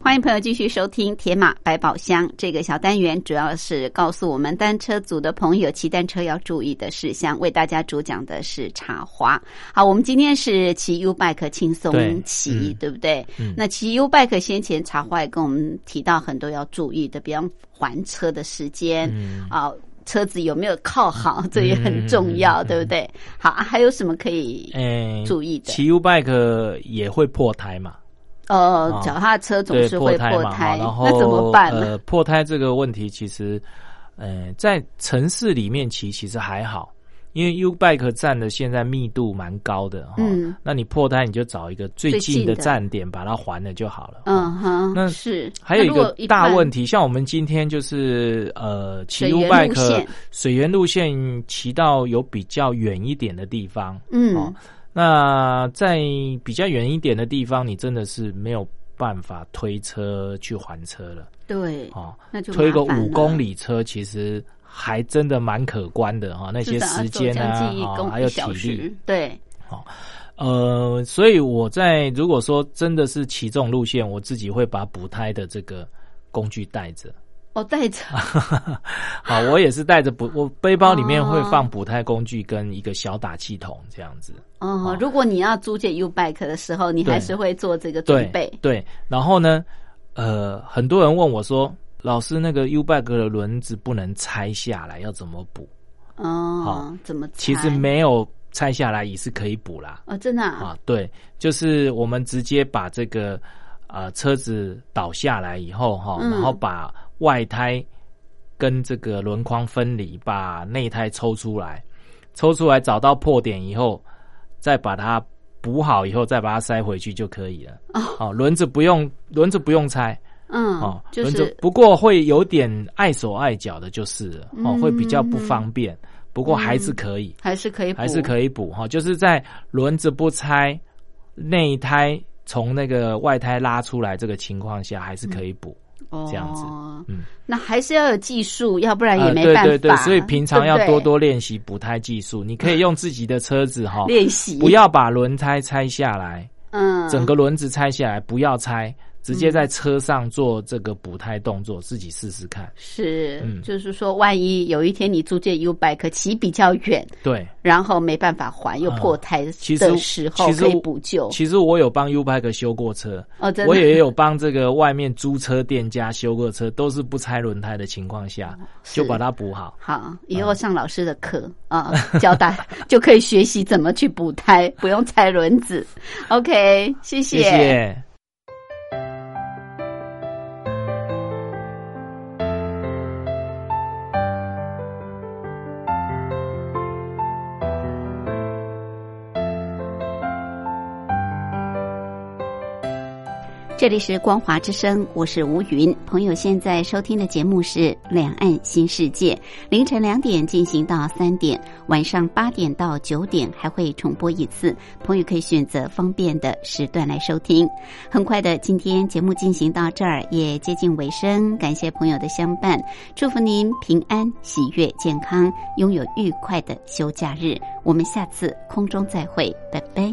欢迎朋友继续收听《铁马百宝箱》这个小单元，主要是告诉我们单车组的朋友骑单车要注意的事项。为大家主讲的是茶花。好，我们今天是骑 U bike 轻松
对
骑，
嗯
对不对？
嗯
那骑 U bike 先前茶花也跟我们提到很多要注意的，比方还车的时间
嗯，
啊、车子有没有靠好，这也很重要，
嗯嗯嗯
对不对？好，啊还有什么可以？
诶、
注意的
哎骑 U bike 也会破胎嘛？
呃
啊，
脚踏车总
对，
是会
胎嘛，哈然后
那怎么办呢？
呃，破胎这个问题其实，呃，在城市里面骑其实还好，因为 U bike 站的现在密度蛮高的哈。
嗯
那你破胎你就找一个最
最
近
近
的
的
站点把它还了就好了。
嗯哼，
那
是
还有一个大问
题，
题，像我们今天就是呃骑
水
U
源路
bike
线
水源路线骑到有比较远一点的地方，
嗯、
哦那在比较远一点的地方，你真的是没有办法推车去还车了
对，
哦，
那就
推个
麻烦
五
了
公，里车其实还真的蛮可观的哈、哦，那
至
些
少要
时
走
间
将
啊
近一，
哦、
公
还有
一
体
小
力，
时，对，
呃，所以我在如果说真的是骑这种路线，我自己会把补胎的这个工具带着。
哦，带着，
好，我也是带着补，我背包里面会放补胎工具跟一个小打气筒这样子。
哦
哦，
如果你要租借 U bike 的时候，你还
对
是会做这个
对
准备，
对，然后呢，呃，很多人问我说，老师那个 U bike 的轮子不能拆下来，要怎么补？
哦
好，
怎么
其实
拆
没有拆下来也是可以补啦。
哦，真的啊，
啊，对，就是我们直接把这个呃车子倒下来以后哈，
嗯
然后把外胎跟这个轮框分离，把内胎抽出来，抽出来找到破点以后，再把它补好以后，再把它塞回去就可以了。
哦
哦，轮子不用轮子不用拆
嗯
哦，，
就
轮子
是
不过会有点碍手碍脚的，就是了哦，会比较不
嗯
方便，不过还是
嗯
可以。
还是可以补，
还是可以补哈，就是在轮子不拆，内胎从那个外胎拉出来这个情况下，还是可以补。这样子
哦
嗯
那还是要有技术，要不然
呃
也没
对
办法，
对对，所以平常要
对不
多
对
多练习补胎技术。你可以用自己的车子哈，
练习，
不要把轮胎拆下来，
嗯，
整个轮子拆下来，不要拆，直接在车上做这个补胎动作，自己试试看。
是，
嗯
就是说，万一有一天你租借 U bike 骑比较远，
对，
然后没办法还，又破胎的
啊其实
时候
其实
可以补救。
其实我有帮 U Bike 修过车，
哦，真的
我也有帮这个外面租车店家修过车，都是不拆轮胎的情况下
哦是
就把它补好。
好，以后上老师的课啊， 教大家就可以学习怎么去补胎，不用拆轮子。OK，谢
谢谢。
这里是光华之声，我是吴云。朋友现在收听的节目是《两岸新世界》，凌晨两点进行到三点，晚上八点到九点还会重播一次。朋友可以选择方便的时段来收听。很快的，今天节目进行到这儿也接近尾声，感谢朋友的相伴，祝福您平安、喜悦、健康，拥有愉快的休假日。我们下次空中再会，拜拜。